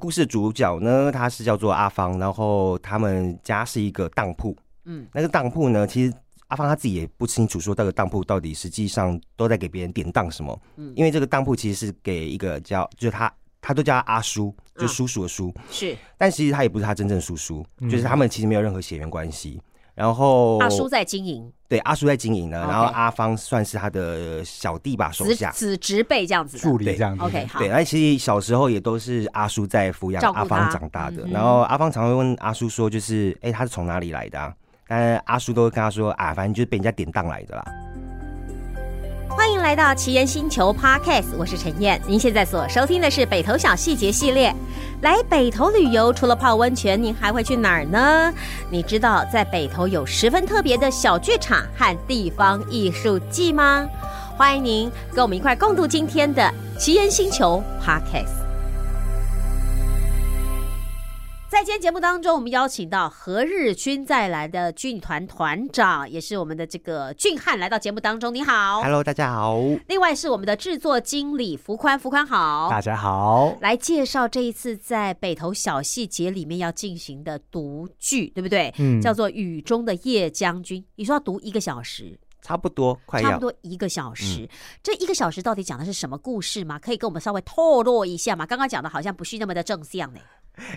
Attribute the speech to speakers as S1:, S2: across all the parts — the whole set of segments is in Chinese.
S1: 故事主角呢，他是叫做阿芳，然后他们家是一个当铺，
S2: 嗯，
S1: 那个当铺呢，其实阿芳他自己也不清楚说那个当铺到底实际上都在给别人典当什么，
S2: 嗯
S1: 因为这个当铺其实是给一个叫，就是他他都叫他阿叔，就
S2: 嗯
S1: 叔叔的叔，
S2: 是
S1: 但其实他也不是他真正叔叔，
S3: 嗯
S1: 就是他们其实没有任何血缘关系。然后
S2: 阿叔在经营，
S1: 对阿叔在经营呢，然后
S2: OK
S1: 阿芳算是他的小弟吧，手
S2: 子
S1: 下。
S2: 子侄辈这样子
S3: 助
S2: 的。
S3: 理这样子。
S2: OK，好
S1: 对，，那其实小时候也都是阿叔在抚养
S2: 照顾
S1: 阿芳
S2: 他
S1: 长大的
S2: 嗯。哼
S1: 然后阿芳常会问阿叔说，就是哎、他是从哪里来的啊？但阿叔都会跟他说啊，反正就是被人家典当来的啦。
S2: 欢迎来到奇人星球 Podcast，我是陈燕。您现在所收听的是北投小细节系列。来北投旅游，除了泡温泉，您还会去哪儿呢？你知道在北投有十分特别的小剧场和地方艺术季吗？欢迎您跟我们一块共度今天的奇人星球 Podcast。在今天节目当中，我们邀请到何日君再来的剧团团长，也是我们的这个俊汉来到节目当中。你好
S1: Hello，大家好。
S2: 另外是我们的制作经理福宽，福宽好
S3: 大，家好，
S2: 来介绍这一次在北投小细节里面要进行的读剧，对不对？
S3: 嗯
S2: 叫做《雨中的夜将军》，你说要读一个小时，
S1: 差不多，快
S2: 差不
S1: 要。
S2: 多一个小时。
S1: 嗯
S2: 这一个小时到底讲的是什么故事吗？可以跟我们稍微透露一下吗？刚刚讲的好像不是那么的正向呢。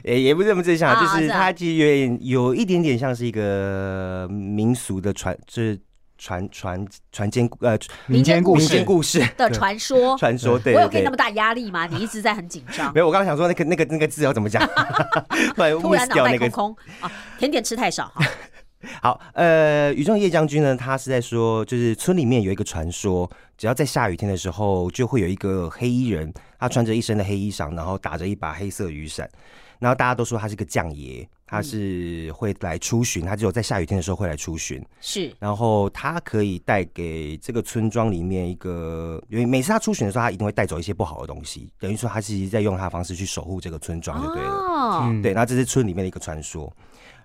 S1: 也也不是这么正向，
S2: 啊
S1: 就是
S2: 是啊
S1: 它其实有点有一点点像是一个民俗的传，就是传传传间故呃
S3: 民间故
S1: 民
S3: 事
S1: 间，故事
S2: 的传说，
S1: 传说，对
S2: 哦我有
S1: 对
S2: 给
S1: 对
S2: 你那么。大压力吗？你一直在很紧张
S1: 没，有，我刚刚想说那个那个那个字要怎么 讲， 突然
S2: 突然
S1: miss
S2: 脑
S1: 掉
S2: 袋
S1: 那
S2: 空
S1: 个。
S2: 空啊，甜点吃太少哈。
S1: 好，呃，宇宙叶将军呢，他是在说，就是村里面有一个传说，只要在下雨天的时候，就会有一个黑衣人，他穿着一身的黑衣裳，然后打着一把黑色雨伞，然后大家都说他是个将爷，他是会来出巡，他只有在下雨天的时候会来出巡。
S2: 是
S1: 然后他可以带给这个村庄里面一个，因为每次他出巡的时候，他一定会带走一些不好的东西，等于说他其实在用他的方式去守护这个村庄， 就对了。
S2: 哦，
S3: 嗯
S1: 对，那这是村里面的一个传说。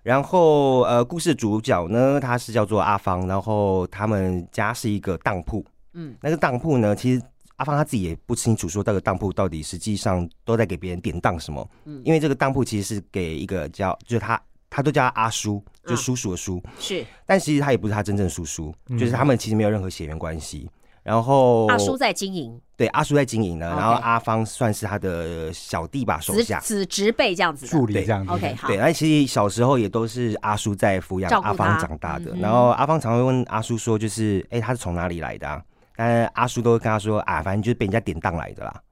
S1: 然后呃，故事主角呢，他是叫做阿芳，然后他们家是一个当铺，
S2: 嗯，
S1: 那个当铺呢，其实。阿芳他自己也不清楚，说那个当铺到底实际上都在给别人典当什么。
S2: 嗯
S1: 因为这个当铺其实是给一个叫，就是他，他都叫他阿叔，就
S2: 嗯
S1: 叔叔的叔。
S2: 是
S1: 但其实他也不是他真正叔叔，
S3: 嗯
S1: 就是他们其实没有任何血缘关系。然后
S2: 阿叔在经营，
S1: 对阿叔在经营呢，然后
S2: OK
S1: 阿芳算是他的小弟吧，手
S2: 子
S1: 下。
S2: 子侄辈这样子的
S3: 助。理这样子。
S2: OK，好
S1: 对，，那其实小时候也都是阿叔在抚养
S2: 照顾
S1: 阿
S2: 他
S1: 芳长大的
S2: 嗯，哼
S1: 然后阿芳常会问阿叔说，就是哎、他是从哪里来的、啊？但阿叔都会跟他说啊，反正就是被人家典当来的啦。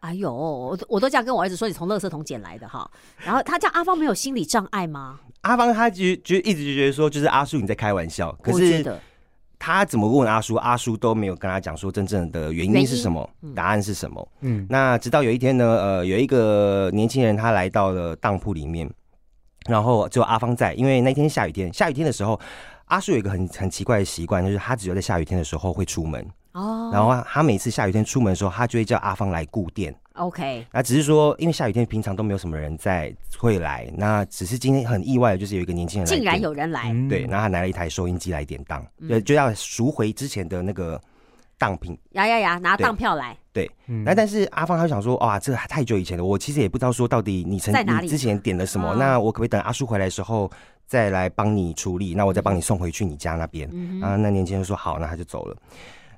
S2: 哎呦，我都我都这样跟我儿子说，你从垃圾桶捡来的哈。然后他叫阿芳没有心理障碍吗？
S1: 阿芳他就就一直觉得说，就是阿叔你在开玩笑，可
S2: 我觉
S1: 是
S2: 得
S1: 他怎么问阿叔，阿叔都没有跟他讲说真正的原
S2: 原因
S1: 因是什么，答案是什么。
S3: 嗯，
S1: 那直到有一天呢，呃，有一个年轻人他来到了当铺里面，然后只有阿芳在，因为那天下雨天，下雨天的时候，阿叔有一个很很奇怪的习惯，就是他只有在下雨天的时候会出门，
S2: 哦，
S1: 然后他每次下雨天出门的时候，他就会叫阿芳来顾店。
S2: OK，
S1: 那只是说，因为下雨天平常都没有什么人在会来，那只是今天很意外，就是有一个年轻人来
S2: 竟然
S1: 店
S2: 有嗯人来，
S3: 嗯
S1: 对，然后他拿了一台收音机来典当，对，就要赎回之前的那个当品。
S2: 呀呀呀，拿
S1: 对
S2: 当票来，
S1: 对，
S3: 嗯
S1: 那但是阿芳他就想说，哇，这个太久以前了，我其实也不知道说到底你曾
S2: 在哪里
S1: 你之前点了什么，
S2: 啊
S1: 那我可不可以等阿叔回来的时候再来帮你处理？那我再帮你送回去你家那边。
S2: 嗯
S1: 啊，那年轻人说好，那他就走了。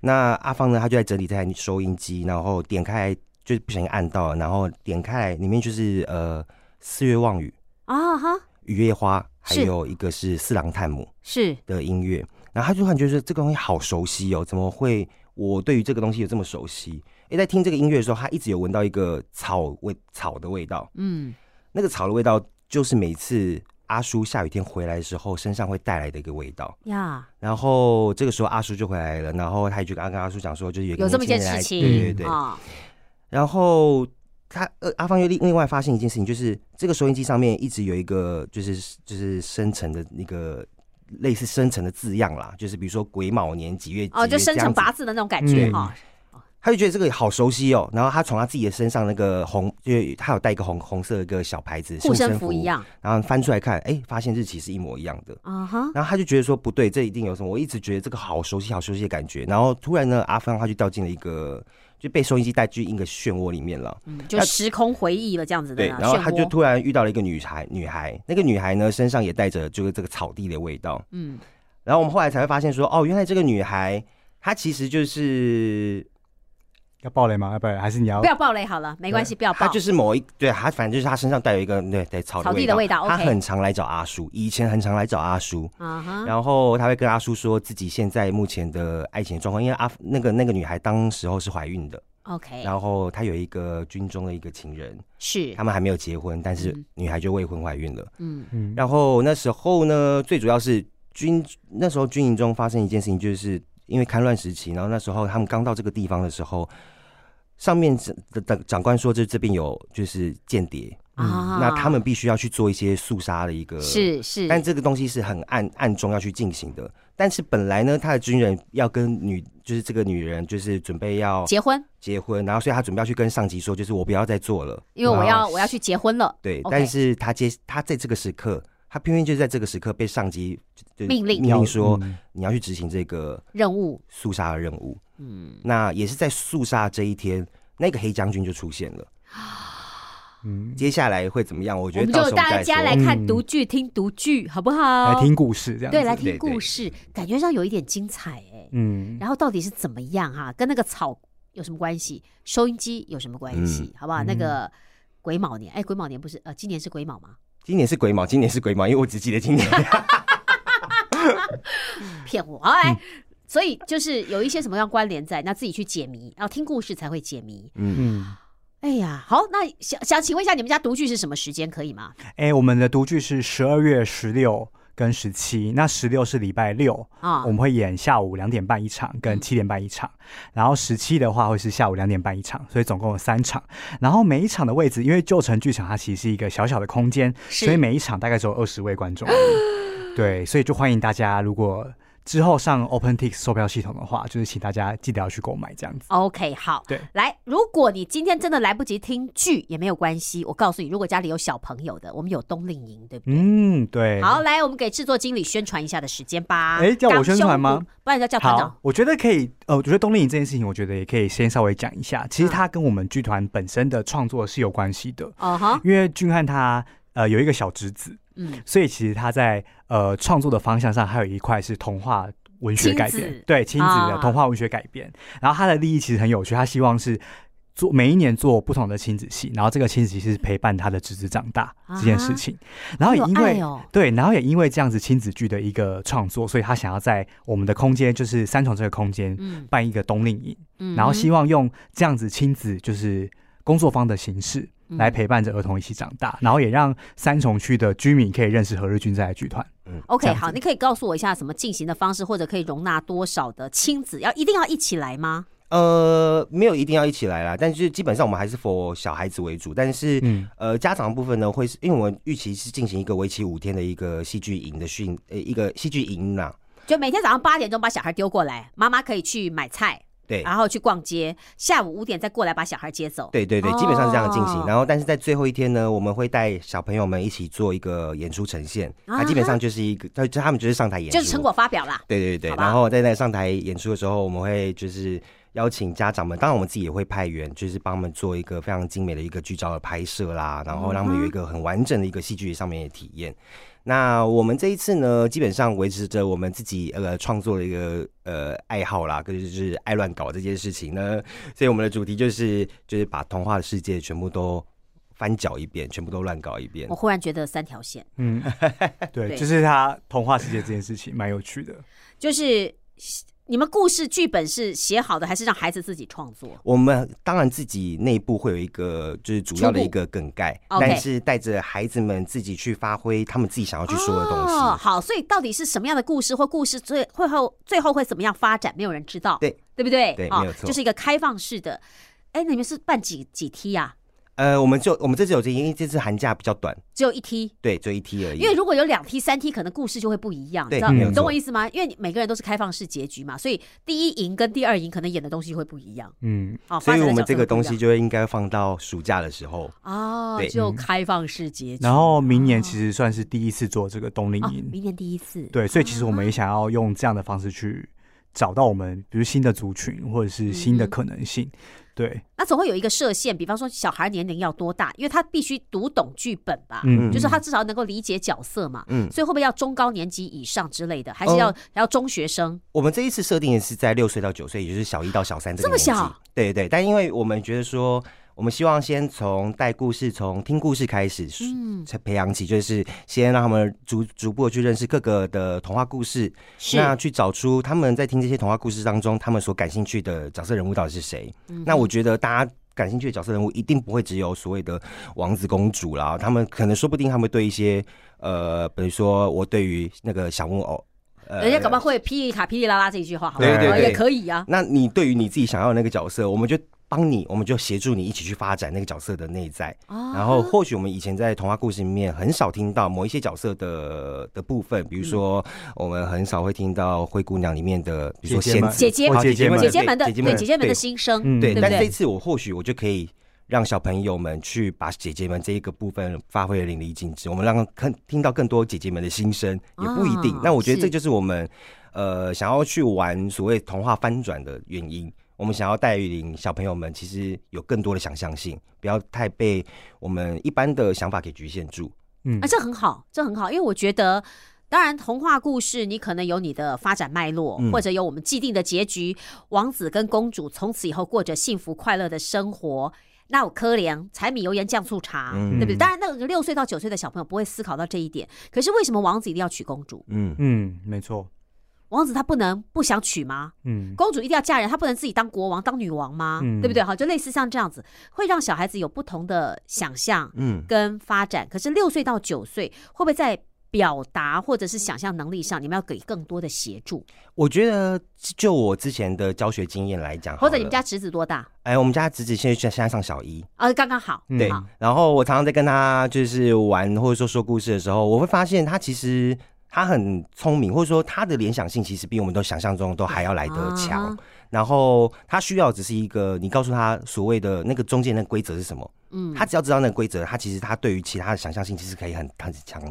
S1: 那阿芳呢，他就在整理这台收音机，然后点开就是不小心按到了，然后点开来里面就是呃四月望雨、
S2: 哼，啊哈，
S1: 雨夜花，还
S2: 是
S1: 有一个是四郎探母
S2: 是
S1: 的音乐。然后他就突然觉得这个东西好熟悉哦，怎么会我对于这个东西有这么熟悉？诶，在听这个音乐的时候，他一直有闻到一个草味草的味道，
S2: 嗯，
S1: 那个草的味道就是每次阿叔下雨天回来的时候身上会带来的一个味道。
S2: 呀，
S1: 然后这个时候阿叔就回来了，然后他也就啊跟阿跟阿叔讲说，就是有一个
S2: 有这么一
S1: 年
S2: 件
S1: 轻人
S2: 事
S1: 来
S2: 情，
S1: 对对对。
S2: 啊，
S1: 然后他呃阿芳又另另外发现一件事情，就是这个收音机上面一直有一个就是就是深层的那个类似深层的字样啦，就是比如说癸卯年几月
S2: 哦，
S1: 几月
S2: 就生
S1: 这样
S2: 辰
S1: 子
S2: 八字的那种感觉
S3: 嗯
S2: 哈，
S1: 他就觉得这个好熟悉哦，然后他从他自己的身上那个红，就是他有带一个红红色的一个小牌子，
S2: 护身符一，样
S1: 然后翻出来看，哎，发现日期是一模一样的。
S2: 啊哈，
S1: 然后他就觉得说不对，这一定有什么。我一直觉得这个好熟悉、好熟悉的感觉。然后突然呢，阿芳他就掉进了一个就被收音机带进一个漩涡里面了。
S2: 嗯就时空回忆了这样子的
S1: 对，
S2: 啊漩
S1: 然后他就
S2: 涡，
S1: 突然遇到了一个女孩，女孩那个女孩呢身上也带着就是这个草地的味道。
S2: 嗯，
S1: 然后我们后来才会发现说，哦，原来这个女孩她其实就是
S3: 要爆雷吗？要不然还是你要
S2: 不要暴雷好了，没关系，不要暴
S1: 她。就是某一对她反正就是她身上带有一个对对草
S2: 草地的味道
S1: 她
S2: OK
S1: 很常来找阿叔，以前很常来找阿叔。
S2: 啊哈，
S1: 然后她会跟阿叔说自己现在目前的爱情状况，因为阿那个那个女孩当时候是怀孕的，
S2: OK，
S1: 然后她有一个军中的一个情人，
S2: 是
S1: 他，们还没有结婚，但是
S2: 嗯
S1: 女孩就未婚怀孕了。
S2: 嗯
S3: 嗯，
S1: 然后那时候呢，最主要是军那时候军营中发生一件事情，就是因为戡乱时期，然后那时候他们刚到这个地方的时候，上面的的长官说这这边有就是间谍，
S2: 啊，
S1: 嗯那他们必须要去做一些肃杀的一个。
S2: 是是，
S1: 但这个东西是很暗暗中要去进行的，但是本来呢，他的军人要跟女，就是这个女人，就是准备要
S2: 结婚，
S1: 结婚，然后所以他准备要去跟上级说，就是我不要再做了，
S2: 因为我
S1: 然后
S2: 要我要去结婚了，
S1: 对
S2: OK
S1: 但是他接他在这个时刻，他偏偏就在这个时刻被上级就就
S2: 命令
S1: 命令说、
S3: 嗯
S1: 你要去执行这个
S2: 任务，
S1: 肃杀的任务。
S2: 嗯，
S1: 那也是在肃杀这一天，那个黑将军就出现了。
S3: 嗯，
S1: 接下来会怎么样？我
S2: 我
S1: 觉
S2: 们
S1: 得到
S2: 就
S1: 时候我们
S2: 大
S1: 再
S2: 家
S1: 说
S2: 来看
S3: 嗯
S2: 读剧，听读剧，好不好？
S3: 来听故事这样子，
S2: 呃对，来
S1: 对
S2: 听
S1: 对
S2: 故事，感觉上有一点精彩哎。
S3: 嗯，
S2: 然后到底是怎么样哈、跟那个草有什么关系？收音机有什么关系？
S1: 嗯
S2: 好不好？那个癸卯年，哎，癸卯年不是呃，今年是癸卯吗？
S1: 今年是癸卯，今年是癸卯，因为我只记得今 年。嗯
S2: 骗我！哎、所以就是有一些什么样关联在，那自己去解谜，要听故事才会解谜。
S1: 嗯，
S3: 嗯，
S2: 哎呀，好，那想想请问一下，你们家读剧是什么时间可以吗？
S3: 哎、我们的读剧是十二月十六跟十七，那十六是礼拜六，
S2: 啊、嗯
S3: 我们会演下午两点半一场，跟七点半一场，然后十七的话会是下午两点半一场，所以总共有三场。然后每一场的位置，因为旧城剧场它其实是一个小小的空间，
S2: 是
S3: 所以每一场大概只有二十位观众而已对，所以就欢迎大家，如果之后上 OpenTix 售票系统的话，就是请大家记得要去购买这样子。
S2: OK，好，
S3: 对
S2: 来，如果你今天真的来不及听剧也没有关系，我告诉你，如果家里有小朋友的，我们有冬令营，对不对？
S3: 嗯，对。
S2: 好，来，我们给制作经理宣传一下的时间吧。
S3: 哎叫我
S2: 刚
S3: 宣传吗
S2: 修补？不然要叫团长
S3: 好。，我觉得可以。呃，我觉得冬令营这件事情，我觉得也可以先稍微讲一下。其实它跟我们剧团本身的创作是有关系的，
S2: 哦哈，
S3: 因为俊汉他呃有一个小侄子，
S2: 嗯，
S3: 所以其实他在呃创作的方向上，还有一块是童话。文学改
S2: 亲子
S3: 编，对亲子的
S2: 啊
S3: 童话文学改编，然后他的利益其实很有趣，他希望是做每一年做不同的亲子戏，然后这个亲子戏是陪伴他的侄子长大这件事情，然后也
S2: 啊好有
S3: 因为
S2: 爱哦，
S3: 对，然后也因为这样子亲子剧的一个创作，所以他想要在我们的空间，就是三重这个空间
S2: 嗯
S3: 办一个冬令营，
S2: 嗯，
S3: 然后希望用这样子亲子就是工作坊的形式
S2: 嗯
S3: 来陪伴着儿童一起长大，然后也让三重区的居民可以认识何日君在的剧团。这
S2: OK，
S3: 样子
S2: 好，你可以告诉我一下什么进行的方式，或者可以容纳多少的亲子，要一定要一起来吗？
S1: 呃，没有一定要一起来啦，但是基本上我们还是 for 小孩子为主，但是。
S3: 嗯，
S1: 呃，家长的部分呢，会是因为我们预期是进行一个为期五天的一个戏剧营的训，呃，一个戏剧营啦、
S2: 就每天早上八点钟把小孩丢过来，妈妈可以去买菜，
S1: 对，
S2: 然后去逛街，下午五点再过来把小孩接走。
S1: 对对对，基本上是这样进行。
S2: 哦
S1: 然后，但是在最后一天呢，我们会带小朋友们一起做一个演出呈现，
S2: 啊
S1: 它、
S2: 哈
S1: 基本上就是一个，就就他们就是上台演出，
S2: 就是成果。发表啦。
S1: 对对对
S2: 好，吧
S1: 然后在那上台演出的时候，我们会就是邀请家长们，当然我们自己也会派员，就是帮我们做一个非常精美的一个剧照的拍摄啦，然后让他
S2: 嗯
S1: 们有一个很完整的一个戏剧上面的体验。那我们这一次呢，基本上维持着我们自己呃创作的一个呃爱好啦，跟就是爱乱搞这件事情呢，所以我们的主题就是就是把童话的世界全部都翻搅一遍，全部都乱搞一遍
S2: 我。忽然觉得三条线，
S3: 嗯，对，
S2: 对
S3: 就是他童话世界这件事情蛮有趣 的。
S2: 就是你们故事剧本是写好的，还是让孩子自己创作？
S1: 我们当然自己内部会有一个就是主要的一个梗概，
S2: 初步 OK
S1: 但是带着孩子们自己去发挥他们自己想要去说的东西。
S2: 哦，好，所以到底是什么样的故事或故事最会后最后会怎么样发展，没有人知道，
S1: 对
S2: 对不对？
S1: 对
S2: 哦
S1: 没有错
S2: 就是一个开放式的。哎，你们是办几几梯呀、
S1: 呃，我们就我们这次有这，因为这次寒假比较短，
S2: 只有一梯。
S1: 对，就一梯而已。
S2: 因为如果有两梯、三梯，可能故事就会不一样，你
S1: 对
S2: 知道？
S3: 没有
S2: 你懂
S1: 错
S2: 我意思吗？因为你每个人都是开放式结局嘛，所以第一营跟第二营可能演的东西会不一样
S3: 嗯，
S2: 啊。
S1: 所以
S2: 发展的
S1: 我们
S2: 角色
S1: 这个
S2: 会不一
S1: 东
S2: 样
S1: 西就会应该放到暑假的时候。
S2: 哦，
S1: 对
S2: 就开放式结局。
S3: 然后明年
S2: 哦
S3: 其实算是第一次做这个冬令
S2: 哦
S3: 营，
S2: 明年第一次，
S3: 对，所以其实我们也想要用这样的方式去找到我们，比如新的族群或者是新
S2: 嗯
S3: 的
S2: 哼
S3: 可能性。对，
S2: 那总会有一个设限，比方说小孩年龄要多大，因为他必须读懂剧本吧，
S3: 嗯，
S2: 就是他至少能够理解角色嘛。
S1: 嗯，
S2: 所以会不会要中高年级以上之类的，还是要、还要中学生？
S1: 我们这一次设定的是在六岁到九岁，也就是小一到小三这个
S2: 这么
S1: 年纪。
S2: 小
S1: 对对对，但因为我们觉得说，我们希望先从带故事、从听故事开始，
S2: 嗯，
S1: 才培养起，就是先让他们逐逐步地去认识各个的童话故事，
S2: 是
S1: 那去找出他们在听这些童话故事当中，他们所感兴趣的角色人物到底是谁。
S2: 嗯
S1: 那我觉得大家。感兴趣的角色人物一定不会只有所谓的王子公主啦，他们可能说不定他们对一些呃，比如说我对于那个小木偶，呃
S2: 人家搞不好会噼里卡噼里啦啦这一句话，好不好
S1: 对对对
S2: 也可以啊。
S1: 那你对于你自己想要的那个角色，我们就帮你，我们就协助你一起去发展那个角色的内在。然
S2: 然
S1: 后或许我们以前在童话故事里面很少听到某一些角色的的部分，
S2: 嗯
S1: 比如说我们很少会听到《灰姑娘》里面的，比如说
S3: 姐姐
S1: 仙
S3: 们哦
S1: 子
S2: 姐姐
S1: 或
S3: 姐姐们
S2: 姐姐们的
S1: 对姐姐
S2: 对
S1: 们
S2: 姐姐们的心声，
S3: 嗯
S1: 对。
S2: 对不
S1: 但这
S2: 对？
S1: 次我或许我就可以。让小朋友们去把姐姐们这一个部分发挥的淋漓尽致，我们让更听到更多姐姐们的心声，也不一定。
S2: 啊
S1: 那我觉
S2: 是
S1: 得这就是我们呃想要去玩所谓童话翻转的原因。我们想要带领小朋友们，其实有更多的想象性，不要太被我们一般的想法给局限住。
S3: 嗯
S2: 啊，，这很好，这很好，因为我觉得。当然，童话故事你可能有你的发展脉络，
S1: 嗯
S2: 或者有我们既定的结局，王子跟公主从此以后过着幸福快乐的生活。那有可怜，柴米油盐酱醋茶，
S1: 嗯
S2: 对不对？当然，那个六岁到九岁的小朋友不会思考到这一点。可是为什么王子一定要娶公主？
S1: 嗯，
S3: 嗯，没错，
S2: 王子他不能不想娶吗？
S3: 嗯
S2: 公主一定要嫁人，她不能自己当国王、当女王吗？
S3: 嗯
S2: 对不对？好，就类似像这样子，会让小孩子有不同的想象，
S1: 嗯，
S2: 跟发展。可是六岁到九岁，会不会在表达或者是想象能力上，你们要给更多的协助？
S1: 我觉得就我之前的教学经验来讲好
S2: 或
S1: 了，
S2: 者你们家侄子多大？
S1: 哎，我们家侄子现在现在上小一，
S2: 啊，刚刚好，
S3: 嗯
S1: 对
S2: 好。
S1: 然后我常常在跟他就是玩或者说说故事的时候，我会发现他其实他很聪明，或者说他的联想性其实比我们都想象中都还要来得强。
S2: 啊
S1: 然后他需要只是一个你告诉他所谓的那个中间那个规则是什么，
S2: 嗯，
S1: 他只要知道那个规则，他其实他对于其他的想象性其实可以很很强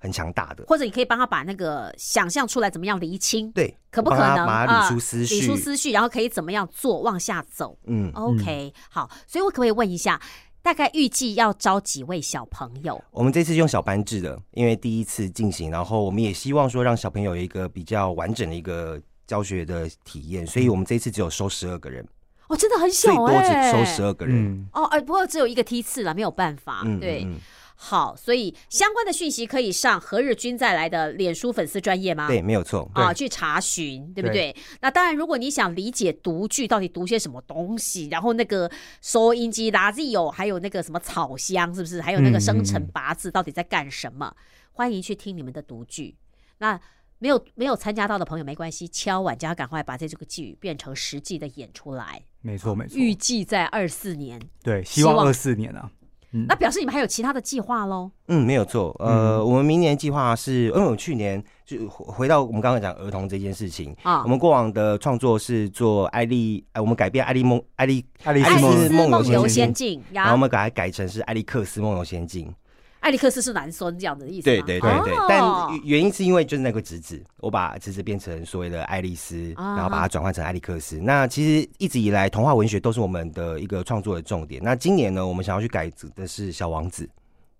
S1: 很强大的。
S2: 或者你可以帮他把那个想象出来，怎么样厘清，
S1: 对，
S2: 可不可
S1: 我帮
S2: 能
S1: 他把他理出思绪，
S2: 理出思绪，然后可以怎么样做，往下走。
S1: 嗯，
S2: OK，、好，所以我可不可以问一下，大概预计要招几位小朋友？
S1: 我们这次用小班制的，因为第一次进行，然后我们也希望说让小朋友有一个比较完整的一个教学的体验，所以我们这一次只有收十二个人，
S2: 哦，真的很小
S1: 最多只
S2: 哎、
S1: 收十二个人。
S3: 嗯，
S2: 哦，哎，不过只有一个梯次了，没有办法。对，
S1: 嗯
S2: 好，所以相关的讯息可以上何日君再来的脸书粉丝专业吗？
S1: 对，没有错。
S2: 啊，去查询，对不对？那当然，如果你想理解读剧到底读些什么东西，然后那个收音机、拉 Z 有，还有那个什么草香，是不是？还有那个生辰八字到底在干什么？欢迎去听你们的读剧。那没有没有参加到的朋友没关系，敲碗家赶快把这这个剧变成实际的演出来。
S3: 没错没错，
S2: 预计在二四年，
S3: 对，希
S2: 希
S3: 望
S2: 望
S3: 二四年啊，嗯
S2: 那表示你们还有其他的计划喽？
S1: 嗯，没有错。呃，我们明年计划是，因为我们去年就回回到我们刚刚讲儿童这件事情，
S2: 啊
S1: 我，们过往的创作是做艾丽，呃，我们改变艾丽梦，艾丽，
S3: 爱丽
S1: 爱
S3: 丝
S1: 丽
S3: 梦
S1: 丝梦
S2: 梦游
S1: 游
S2: 仙
S1: 仙
S2: 境
S1: 然后我
S2: 呀，
S1: 们把它改成是艾利克斯梦游仙境。
S2: 艾利克斯是男生这样的意思吗。
S1: 对对对对，
S2: 哦
S1: 但原因是因为就是那个侄子，我把侄子变成所谓的爱丽丝，
S2: 啊
S1: 然后把它转换成艾利克斯。那其实一直以来，童话文学都是我们的一个创作的重点。那今年呢，我们想要去改的是《小王子》，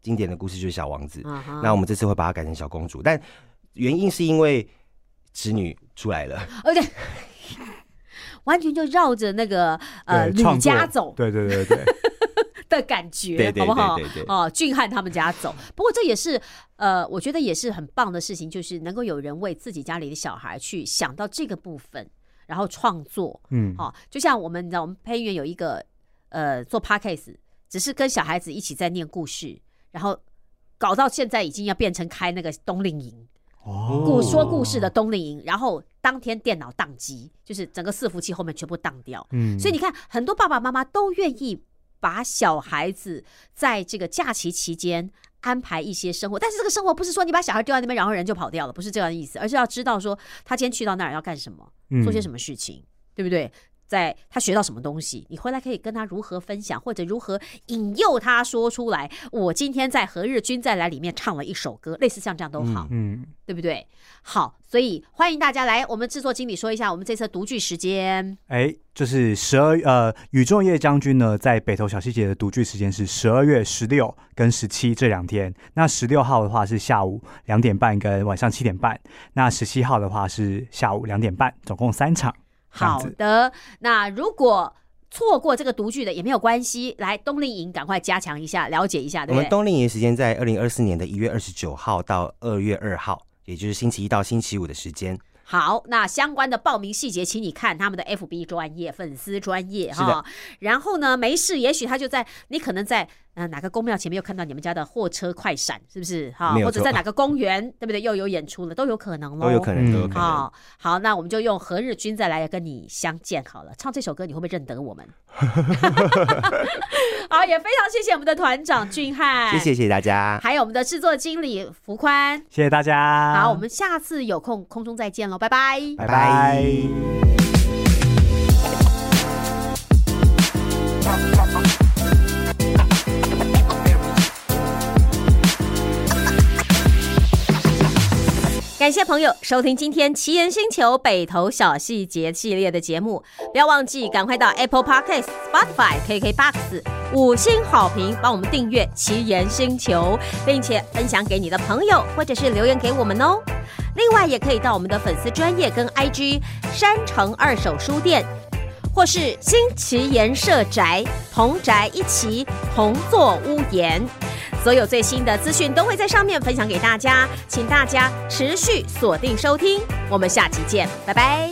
S1: 经典的故事就是《小王子》
S2: 啊哈
S1: 那我们这次会把它改成《小公主》，但原因是因为侄女出来了，
S2: 哦对，完全就绕着那个呃
S3: 对
S2: 吕
S3: 创作
S2: 家走
S3: 对对对
S2: 的
S3: 对，
S2: 感觉，
S1: 对对
S2: 好不好？
S1: 对对对
S2: 哦，俊汉他们家走，不过这也是呃，我觉得也是很棒的事情，就是能够有人为自己家里的小孩去想到这个部分，然后创作。
S3: 嗯，
S2: 哦，就像我们你知道，我们配音员有一个呃做 podcast，只是跟小孩子一起在念故事，然后搞到现在已经要变成开那个冬令营。
S3: 哦
S2: 故说故事的，冬令营，然后当天电脑宕机，就是整个伺服器后面全部宕掉。
S3: 嗯，
S2: 所以你看，很多爸爸妈妈都愿意把小孩子在这个假期期间安排一些生活，但是这个生活不是说你把小孩丢在那边，然后人就跑掉了，不是这样的意思，而是要知道说他今天去到那儿要干什么，
S3: 嗯
S2: 做些什么事情，对不对？在他学到什么东西，你回来可以跟他如何分享，或者如何引诱他说出来。我今天在《何日君再来》里面唱了一首歌，类似像这样都好。
S1: 嗯
S3: 嗯，
S2: 对不对？好，所以欢迎大家来，我们制作经理说一下我们这次的读剧时间，
S3: 哎，就是十二呃，宇宙夜将军呢，在北投小细节的独剧时间是十二月十六跟十七这两天。那十六号的话是下午两点半跟晚上七点半，那十七号的话是下午两点半，总共三场。这样
S2: 好
S3: 子
S2: 的，那如果错过这个读剧的也没有关系，来冬令营赶快加强一下，了解一下，
S1: 我
S2: 对不
S1: 们
S2: 对？
S1: 冬令营时间在二零二四年的一月二十九号到二月二号，也就是星期一到星期五的时间。
S2: 好，那相关的报名细节，请你看他们的 FB 专业、粉丝专业
S1: 是的
S2: 哈。然后呢，没事，也许他就在你可能在呃哪个公庙前面又看到你们家的货车快闪，是不是哈？
S1: 没有
S2: 或者
S1: 错
S2: 在哪个公园，对不对？又有演出了，都有可能喽，
S1: 都有可能，
S3: 嗯
S1: 都有可能。
S2: 哦好好，那我们就用何日君再来跟你相见好了。唱这首歌，你会不会认得我们？ 好，也非常谢谢我们的团长俊汉，
S1: 谢谢，，谢谢大家，
S2: 还有我们的制作经理福宽。
S3: 谢谢大家。
S2: 好，我们下次有空空中再见喽，拜拜。
S3: 拜拜。
S2: 感谢朋友收听今天《奇岩星球北投小细节》系列的节目，不要忘记赶快到 Apple Podcast、Spotify、KKBox 五星好评，帮我们订阅《奇岩星球》，并且分享给你的朋友，或者是留言给我们哦。另外，也可以到我们的粉丝专业跟 IG 山城二手书店。或是新奇岩社宅同宅一起同坐屋檐，所有最新的资讯都会在上面分享给大家，请大家持续锁定收听，我们下期见，拜拜。